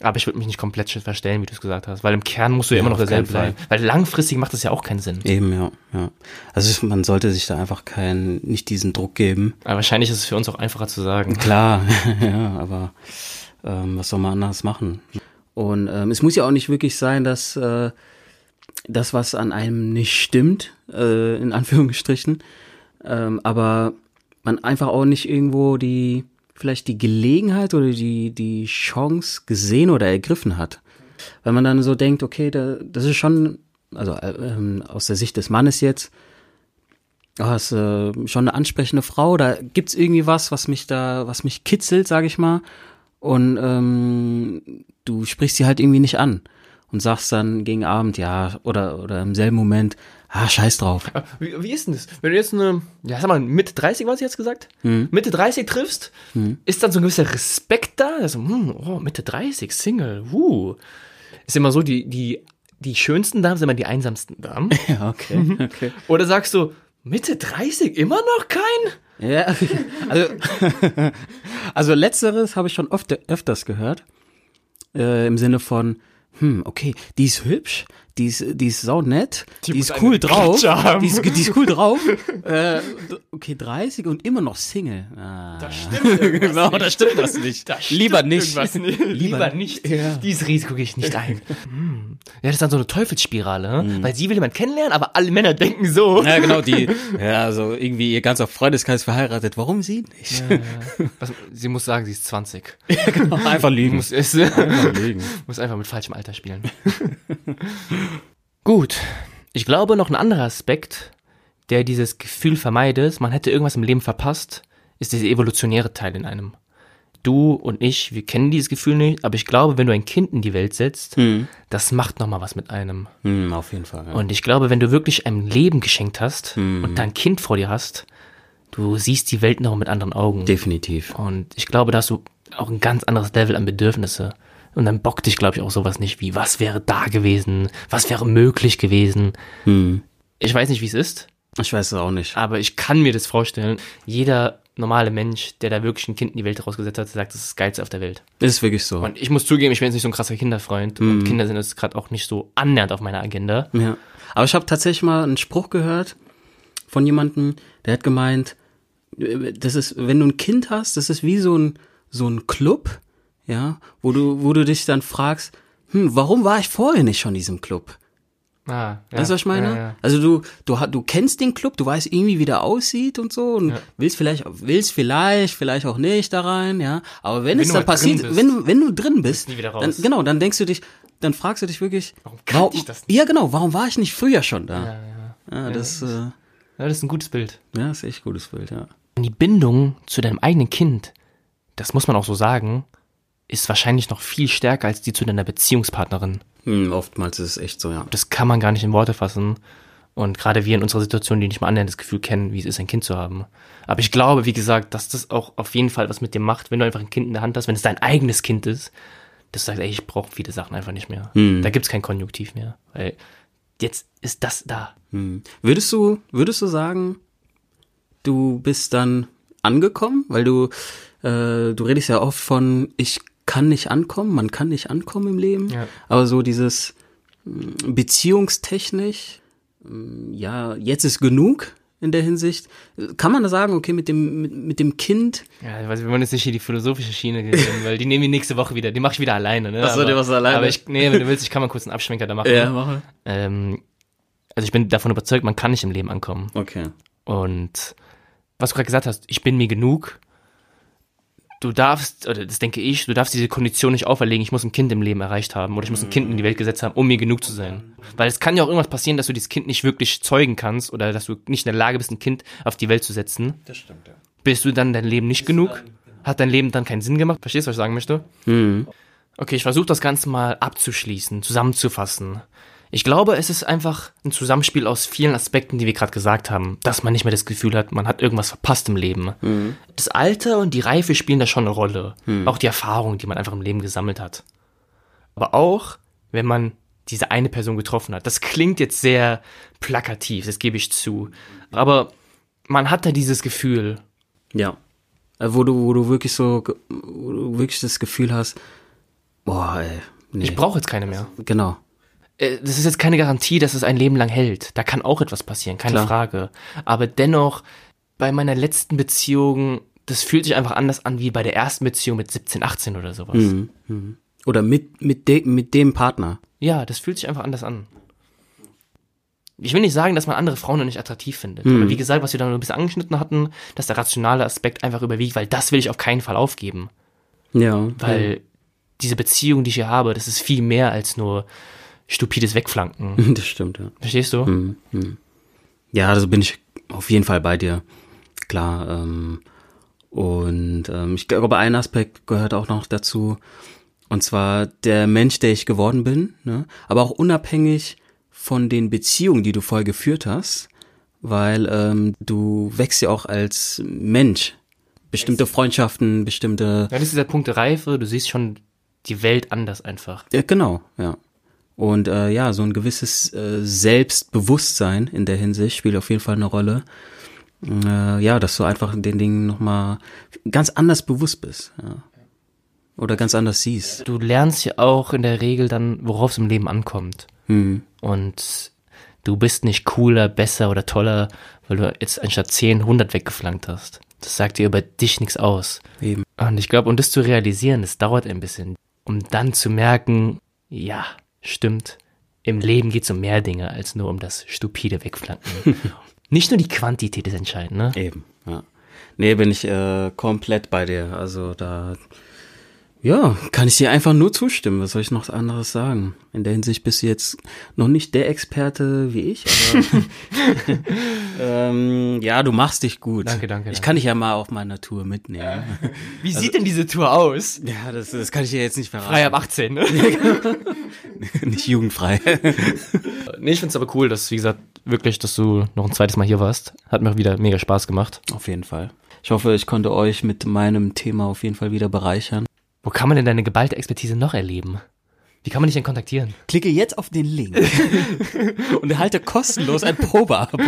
B: aber ich würde mich nicht komplett verstellen, wie du es gesagt hast, weil im Kern musst du ja,
A: Ja,
B: immer noch
A: auf keinen
B: derselbe bleiben. Weil langfristig macht das ja auch keinen Sinn.
A: eben, ja, ja. Also es- man sollte sich da einfach keinen, nicht diesen Druck geben.
B: Aber wahrscheinlich ist es für uns auch einfacher zu sagen.
A: Klar, ja, aber ähm, was soll man anders machen? Und ähm, es muss ja auch nicht wirklich sein, dass äh, das, was an einem nicht stimmt, äh, in Anführungsstrichen, ähm, aber man einfach auch nicht irgendwo die, vielleicht die Gelegenheit oder die, die Chance gesehen oder ergriffen hat. Wenn man dann so denkt, okay, da, das ist schon, also äh, ähm, aus der Sicht des Mannes jetzt, Ah, ist äh, schon eine ansprechende Frau. Da gibt's irgendwie was, was mich da, was mich kitzelt, sage ich mal. Und ähm, du sprichst sie halt irgendwie nicht an und sagst dann gegen Abend, ja, oder oder im selben Moment, ah, scheiß drauf.
B: Wie, wie ist denn das? Wenn du jetzt eine, ja, sag mal, Mitte 30, was ich jetzt gesagt? Mitte 30 triffst, ist dann so ein gewisser Respekt da? Also, hm, oh, Mitte 30, Single, uh. Ist immer so, die, die, die schönsten Damen sind immer die einsamsten Damen.
A: Ja, okay. okay.
B: Oder sagst du, Mitte 30, immer noch kein?
A: Ja, also, also letzteres habe ich schon oft, öfters gehört. Äh, Im Sinne von, hm, okay, die ist hübsch, die ist, die ist saunett, die,
B: muss
A: ist cool
B: eine
A: drauf,
B: Klatsche haben.
A: die ist, die ist cool drauf, äh, okay, 30 und immer noch Single. Ah.
B: genau, da stimmt was nicht.
A: Lieber nicht.
B: nicht. Lieber nicht. Dieses Risiko gehe ich nicht ein. Hm. Ja, das ist dann so eine Teufelsspirale, hm? weil sie will jemand kennenlernen, aber alle Männer denken so.
A: Mhm. Ja, genau, die, ja, also irgendwie ihr ganzer Freundeskreis verheiratet, warum sie nicht? Genau,
B: Was, sie muss sagen, sie ist 20.
A: Einfach lügen.
B: Muss, ist, muss
A: Einfach lügen.
B: einfach mit falschem Alter spielen. Gut. Ich glaube, noch ein anderer Aspekt, der dieses Gefühl vermeidet, man hätte irgendwas im Leben verpasst, ist dieser evolutionäre Teil in einem. Du und ich, wir kennen dieses Gefühl nicht, aber ich glaube, wenn du ein Kind in die Welt setzt, das macht nochmal was mit einem.
A: Hm, auf jeden Fall. Ja.
B: Und ich glaube, wenn du wirklich einem Leben geschenkt hast und dein Kind vor dir hast, du siehst die Welt noch mit anderen Augen.
A: Definitiv.
B: Und ich glaube, da hast du auch ein ganz anderes Level an Bedürfnisse. Und dann bockt dich, glaube ich, auch sowas nicht wie, was wäre da gewesen, was wäre möglich gewesen. Ich weiß nicht, wie es ist,
A: Hm. Ich weiß es auch nicht.
B: aber ich kann mir das vorstellen. Jeder normale Mensch, der da wirklich ein Kind in die Welt rausgesetzt hat, sagt, das ist das Geilste auf der Welt.
A: Ist wirklich so.
B: Und ich muss zugeben, ich bin jetzt nicht so ein krasser Kinderfreund und Kinder sind jetzt gerade auch nicht so annähernd auf meiner Agenda.
A: Ja. Aber ich habe tatsächlich mal einen Spruch gehört von jemandem, der hat gemeint, äh, das ist, wenn du ein Kind hast, das ist wie so ein, so ein Club, ja, wo du, wo du dich dann fragst, hm, warum war ich vorher nicht schon in diesem Club?
B: Ah, ja,
A: Weißt du, was ich meine? Also du, du, ha- du kennst den Club, du weißt irgendwie, wie der aussieht und so und willst vielleicht, willst vielleicht, vielleicht auch nicht da rein, ja. Aber wenn, es
B: du
A: dann
B: mal drin
A: passiert,
B: bist,
A: wenn, du- wenn du drin bist,
B: nie wieder
A: Dann,
B: raus.
A: genau, dann denkst du dich, dann fragst du dich wirklich, warum
B: kann ich das
A: Ja, genau, warum war ich nicht früher schon da?
B: Ja, ja.
A: Ja, das, äh, ja,
B: ja, das ist ein gutes Bild.
A: das ist echt gutes Bild, ja.
B: Und die Bindung zu deinem eigenen Kind, das muss man auch so sagen, ist wahrscheinlich noch viel stärker als die zu deiner Beziehungspartnerin.
A: Hm, oftmals ist es echt so, ja.
B: Das kann man gar nicht in Worte fassen. Und gerade wir in unserer Situation, die nicht mal annähernd das Gefühl kennen, wie es ist, ein Kind zu haben. Aber ich glaube, wie gesagt, dass das auch auf jeden Fall was mit dir macht, wenn du einfach ein Kind in der Hand hast, wenn es dein eigenes Kind ist, dass du sagst, ey, ich brauche viele Sachen einfach nicht mehr. Da gibt's kein Konjunktiv mehr. Weil jetzt ist das da.
A: Hm. Würdest du, würdest du sagen, du bist dann angekommen? Weil du, äh, du redest ja oft von, ich kann nicht ankommen, man kann nicht ankommen im Leben.
B: Ja.
A: Aber so dieses mh, beziehungstechnisch, mh, ja, jetzt ist genug in der Hinsicht. Kann man da sagen, okay, mit dem, mit, mit dem Kind,
B: Ja, ich weiß, wir wollen jetzt nicht hier die philosophische Schiene gehen, weil die nehmen wir nächste Woche wieder. Die mache ich wieder alleine, ne?
A: Ach so,
B: Aber-
A: die machst du alleine.
B: Aber ich, nee, wenn du willst, ich kann mal kurz einen Abschwenker da machen.
A: mache.
B: Ähm, also ich bin davon überzeugt, man kann nicht im Leben ankommen.
A: Okay.
B: Und was du gerade gesagt hast, ich bin mir genug. Du darfst, oder das denke ich, du darfst diese Kondition nicht auferlegen, ich muss ein Kind im Leben erreicht haben oder ich muss ein Kind in die Welt gesetzt haben, um mir genug zu sein. Weil es kann ja auch irgendwas passieren, dass du dieses Kind nicht wirklich zeugen kannst oder dass du nicht in der Lage bist, ein Kind auf die Welt zu setzen.
A: Das stimmt, ja. genau.
B: Bist du dann dein Leben nicht genug? Hat dein Leben dann keinen Sinn gemacht? Verstehst du, was ich sagen möchte?
A: Mhm.
B: Okay, ich versuche das Ganze mal abzuschließen, zusammenzufassen. Ich glaube, es ist einfach ein Zusammenspiel aus vielen Aspekten, die wir gerade gesagt haben, dass man nicht mehr das Gefühl hat, man hat irgendwas verpasst im Leben. Das Alter und die Reife spielen da schon eine Rolle. Auch die Erfahrung, die man einfach im Leben gesammelt hat. Aber auch, wenn man diese eine Person getroffen hat. Das klingt jetzt sehr plakativ, das gebe ich zu. Aber man hat da dieses Gefühl,
A: Ja. Äh, Wo du, wo du wirklich so, ge- wo du wirklich das Gefühl hast, boah, ey, nee,
B: ich brauche jetzt keine mehr.
A: genau.
B: äh, das ist jetzt keine Garantie, dass es ein Leben lang hält. Da kann auch etwas passieren, keine
A: Klar.
B: Frage. Aber dennoch, bei meiner letzten Beziehung, das fühlt sich einfach anders an wie bei der ersten Beziehung mit 17, 18 oder sowas.
A: Mhm. Oder mit, mit, de, mit dem Partner.
B: Ja, das fühlt sich einfach anders an. Ich will nicht sagen, dass man andere Frauen nicht attraktiv findet.
A: Mhm.
B: Aber wie gesagt, was wir da nur ein bisschen angeschnitten hatten, dass der rationale Aspekt einfach überwiegt, weil das will ich auf keinen Fall aufgeben.
A: Ja.
B: Weil diese Beziehung, die ich hier habe, das ist viel mehr als nur stupides Wegflanken.
A: Das stimmt, ja.
B: Verstehst du?
A: Ja, also bin ich auf jeden Fall bei dir. Klar. Ähm, und ähm, ich glaube, ein Aspekt gehört auch noch dazu. Und zwar der Mensch, der ich geworden bin. Ne? Aber auch unabhängig von den Beziehungen, die du vorher geführt hast. Weil ähm, du wächst ja auch als Mensch. Bestimmte Freundschaften, bestimmte
B: Ja, das ist der Punkt der Reife. Du siehst schon die Welt anders einfach.
A: Ja, genau, ja. Und äh, ja, so ein gewisses äh, Selbstbewusstsein in der Hinsicht spielt auf jeden Fall eine Rolle. Äh, ja, dass du einfach den Dingen nochmal ganz anders bewusst bist. Ja. Oder ganz anders siehst.
B: Du lernst ja auch in der Regel dann, worauf es im Leben ankommt. Und du bist nicht cooler, besser oder toller, weil du jetzt anstatt 10, 100 weggeflankt hast. Das sagt dir über dich nichts aus.
A: Eben.
B: Und ich glaube, um das zu realisieren, das dauert ein bisschen. Um dann zu merken, ja, stimmt. Im Leben geht es um mehr Dinge als nur um das stupide Wegflanken. nicht nur die Quantität ist entscheidend, ne?
A: Eben, ja. Nee, bin ich äh, komplett bei dir. Also da, ja, kann ich dir einfach nur zustimmen. Was soll ich noch anderes sagen? In der Hinsicht bist du jetzt noch nicht der Experte wie ich. Aber ähm, ja, du machst dich gut.
B: Danke, danke,
A: Ich
B: danke.
A: kann dich ja mal auf meiner Tour mitnehmen.
B: Wie sieht denn diese Tour aus?
A: Ja, das, das kann ich dir jetzt nicht verraten.
B: Frei Also ab 18, ne?
A: Nicht jugendfrei.
B: Nee, ich find's aber cool, dass, wie gesagt, wirklich, dass du noch ein zweites Mal hier warst. Hat mir wieder mega Spaß gemacht.
A: auf jeden Fall. Ich hoffe, ich konnte euch mit meinem Thema auf jeden Fall wieder bereichern.
B: Wo kann man denn deine geballte Expertise noch erleben? Wie kann man dich denn kontaktieren?
A: Klicke jetzt auf den Link und erhalte kostenlos ein Probeabo.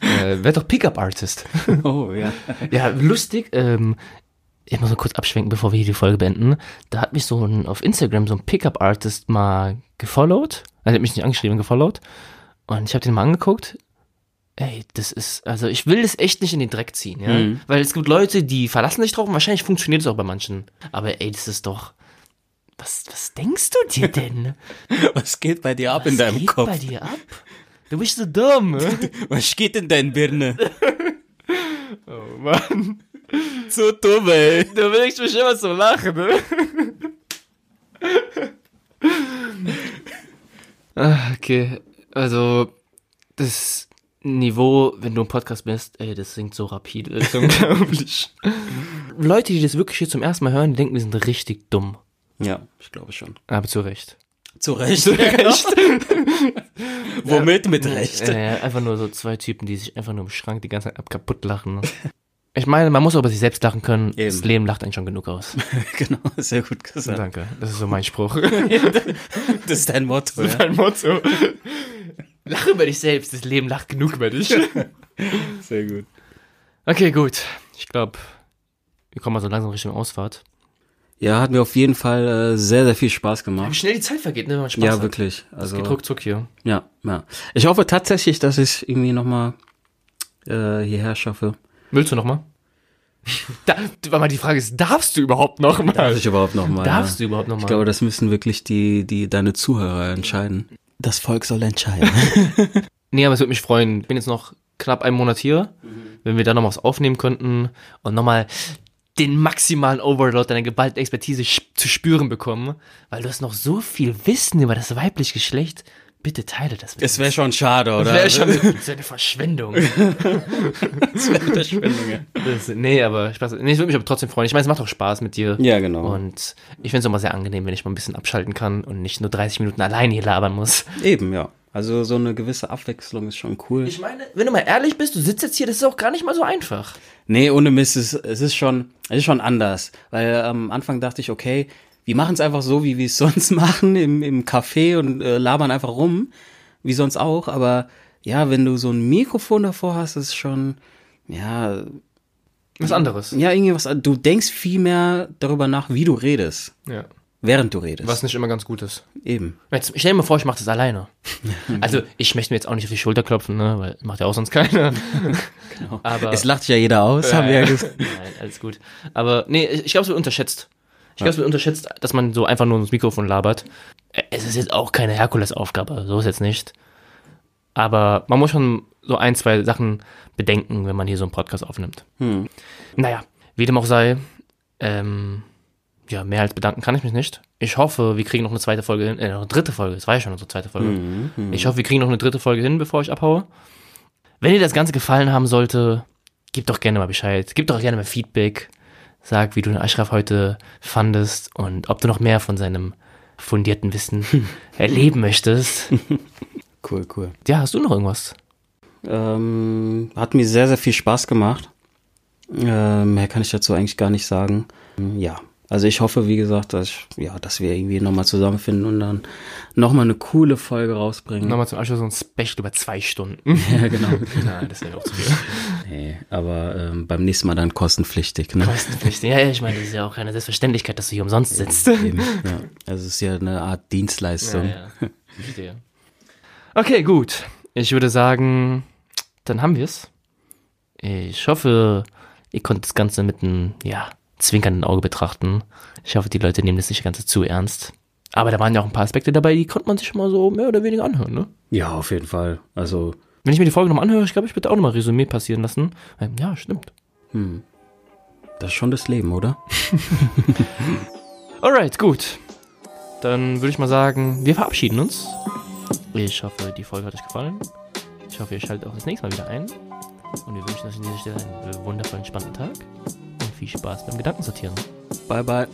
B: Äh, werd doch Pickup-Artist.
A: Oh ja.
B: Ja, lustig. Ähm, ich muss mal kurz abschwenken, bevor wir hier die Folge beenden. Da hat mich so ein, auf Instagram so ein Pickup-Artist mal gefollowt. Also, er hat mich nicht angeschrieben, gefollowt. Und ich habe den mal angeguckt. Ey, das ist, also ich will das echt nicht in den Dreck ziehen, ja.
A: Mhm.
B: Weil es gibt Leute, die verlassen sich drauf und wahrscheinlich funktioniert es auch bei manchen. Aber ey, das ist doch. Was, was denkst du dir denn?
A: Was geht bei dir ab
B: Was
A: in deinem
B: geht
A: Kopf?
B: bei dir ab? Du bist so dumm.
A: Was geht in dein Birne?
B: oh Mann.
A: So dumm, ey.
B: Du willst mich immer so lachen, ne? Ah, okay, also das Niveau, wenn du im Podcast bist, ey, das sinkt so rapide, das ist unglaublich. Leute, die das wirklich hier zum ersten Mal hören, die denken, wir sind richtig dumm.
A: Ja, ich glaube schon.
B: Aber zu Recht.
A: Zu Recht. Genau. Zu Recht. Womit? Mit Recht.
B: Äh, einfach nur so zwei Typen, die sich einfach nur im Schrank die ganze Zeit ab kaputt lachen. Ich meine, man muss auch über sich selbst lachen können. Das
A: Eben.
B: Leben lacht einen schon genug aus.
A: Genau, sehr gut gesagt.
B: Danke, das ist so mein Spruch.
A: Das ist dein Motto. Ja.
B: dein Motto. Lach über dich selbst, das Leben lacht genug über dich.
A: Sehr gut.
B: Okay, gut. Ich glaube, wir kommen mal so langsam Richtung Ausfahrt.
A: Ja, hat mir auf jeden Fall äh, sehr, sehr viel Spaß gemacht.
B: Wie schnell die Zeit vergeht, ne, wenn man Spaß
A: Ja,
B: hat.
A: wirklich.
B: Das
A: Also,
B: geht ruckzuck hier.
A: ja, ja. Ich hoffe tatsächlich, dass ich irgendwie nochmal äh, hierher schaffe.
B: Willst du nochmal? da, weil mal die Frage ist, darfst du überhaupt nochmal?
A: Darf also ich überhaupt nochmal?
B: Darfst
A: ja.
B: du überhaupt nochmal?
A: Ich glaube, das müssen wirklich die, die, deine Zuhörer entscheiden. Das Volk soll entscheiden.
B: Nee, aber es würde mich freuen. Ich bin jetzt noch knapp einen Monat hier. Wenn wir da nochmal was aufnehmen könnten und nochmal den maximalen Overload deiner geballten Expertise sch- zu spüren bekommen, weil du hast noch so viel Wissen über das weibliche Geschlecht. Bitte teile das mit
A: Es wäre schon schade,
B: Das
A: oder?
B: wäre schon so eine Verschwendung.
A: Verschwendung.
B: Das, nee, aber Spaß. Nee, ich würde mich aber trotzdem freuen. Ich meine, es macht auch Spaß mit dir.
A: Ja, genau.
B: Und ich finde es auch mal sehr angenehm, wenn ich mal ein bisschen abschalten kann und nicht nur 30 Minuten allein hier labern muss.
A: Eben, ja. Also so eine gewisse Abwechslung ist schon cool.
B: Ich meine, wenn du mal ehrlich bist, du sitzt jetzt hier, das ist auch gar nicht mal so einfach.
A: Nee, ohne Mist, es, es ist schon, es ist schon anders. Weil ähm, am Anfang dachte ich, okay, wir machen es einfach so, wie wir es sonst machen, im, im Café und äh, labern einfach rum, wie sonst auch. Aber ja, wenn du so ein Mikrofon davor hast, ist schon, ja,
B: Was anderes.
A: ja, irgendwas, du denkst viel mehr darüber nach, wie du redest,
B: Ja.
A: während du redest.
B: Was nicht immer ganz gut ist.
A: Eben.
B: Jetzt, stell dir mal vor, ich mache das alleine. Also, ich möchte mir jetzt auch nicht auf die Schulter klopfen, ne? weil macht ja auch sonst keiner. Aber-
A: Genau. es lacht ja jeder aus, haben wir ja gesagt.
B: Äh, Nein, alles gut. Aber nee, ich ich glaube, es wird unterschätzt. Ich glaube, es wird unterschätzt, dass man so einfach nur ins Mikrofon labert. Ä- Es ist jetzt auch keine Herkulesaufgabe, so ist jetzt nicht. Aber man muss schon so ein, zwei Sachen bedenken, wenn man hier so einen Podcast aufnimmt.
A: Hm.
B: Naja, wie dem auch sei, ähm, ja, mehr als bedanken kann ich mich nicht. Ich hoffe, wir kriegen noch eine zweite Folge hin, äh, noch eine dritte Folge, es war ja schon unsere zweite Folge.
A: Hm,
B: Ich hoffe, wir kriegen noch eine dritte Folge hin, bevor ich abhaue. Wenn dir das Ganze gefallen haben sollte, gib doch gerne mal Bescheid, gib doch gerne mal Feedback, sag, wie du den Ashraf heute fandest und ob du noch mehr von seinem fundierten Wissen erleben möchtest.
A: Cool, cool.
B: Ja, hast du noch irgendwas?
A: Ähm, hat mir sehr, sehr viel Spaß gemacht. Ähm, mehr kann ich dazu eigentlich gar nicht sagen. Ähm, Ja, also ich hoffe, wie gesagt, dass, ich, ja, dass wir irgendwie nochmal zusammenfinden und dann nochmal eine coole Folge rausbringen.
B: Nochmal zum Abschluss so ein Special über zwei Stunden.
A: Ja, genau.
B: Nein, das wäre auch zu viel.
A: Nee, aber ähm, beim nächsten Mal dann kostenpflichtig. Ne?
B: Kostenpflichtig. Ja, ja, ich meine, das ist ja auch keine Selbstverständlichkeit, dass du hier umsonst sitzt.
A: Eben, ja. Also es ist ja eine Art Dienstleistung.
B: Verstehe. Okay, gut. Ich würde sagen, dann haben wir es. Ich hoffe, ihr konntet das Ganze mit einem, ja, zwinkernden Auge betrachten. Ich hoffe, die Leute nehmen das nicht ganz so zu ernst. Aber da waren ja auch ein paar Aspekte dabei, die konnte man sich schon mal so mehr oder weniger anhören, ne?
A: ja, auf jeden Fall. Also,
B: Wenn ich mir die Folge nochmal anhöre, ich glaube, ich würde auch nochmal Resümee passieren lassen. Ähm, Ja, stimmt.
A: hm. Das ist schon das Leben, oder?
B: Alright, gut. Dann würde ich mal sagen, wir verabschieden uns. Ich hoffe, die Folge hat euch gefallen. Ich hoffe, ihr schaltet auch das nächste Mal wieder ein. Und wir wünschen euch an dieser Stelle einen wundervollen, spannenden Tag. Und viel Spaß beim Gedankensortieren.
A: Bye, bye.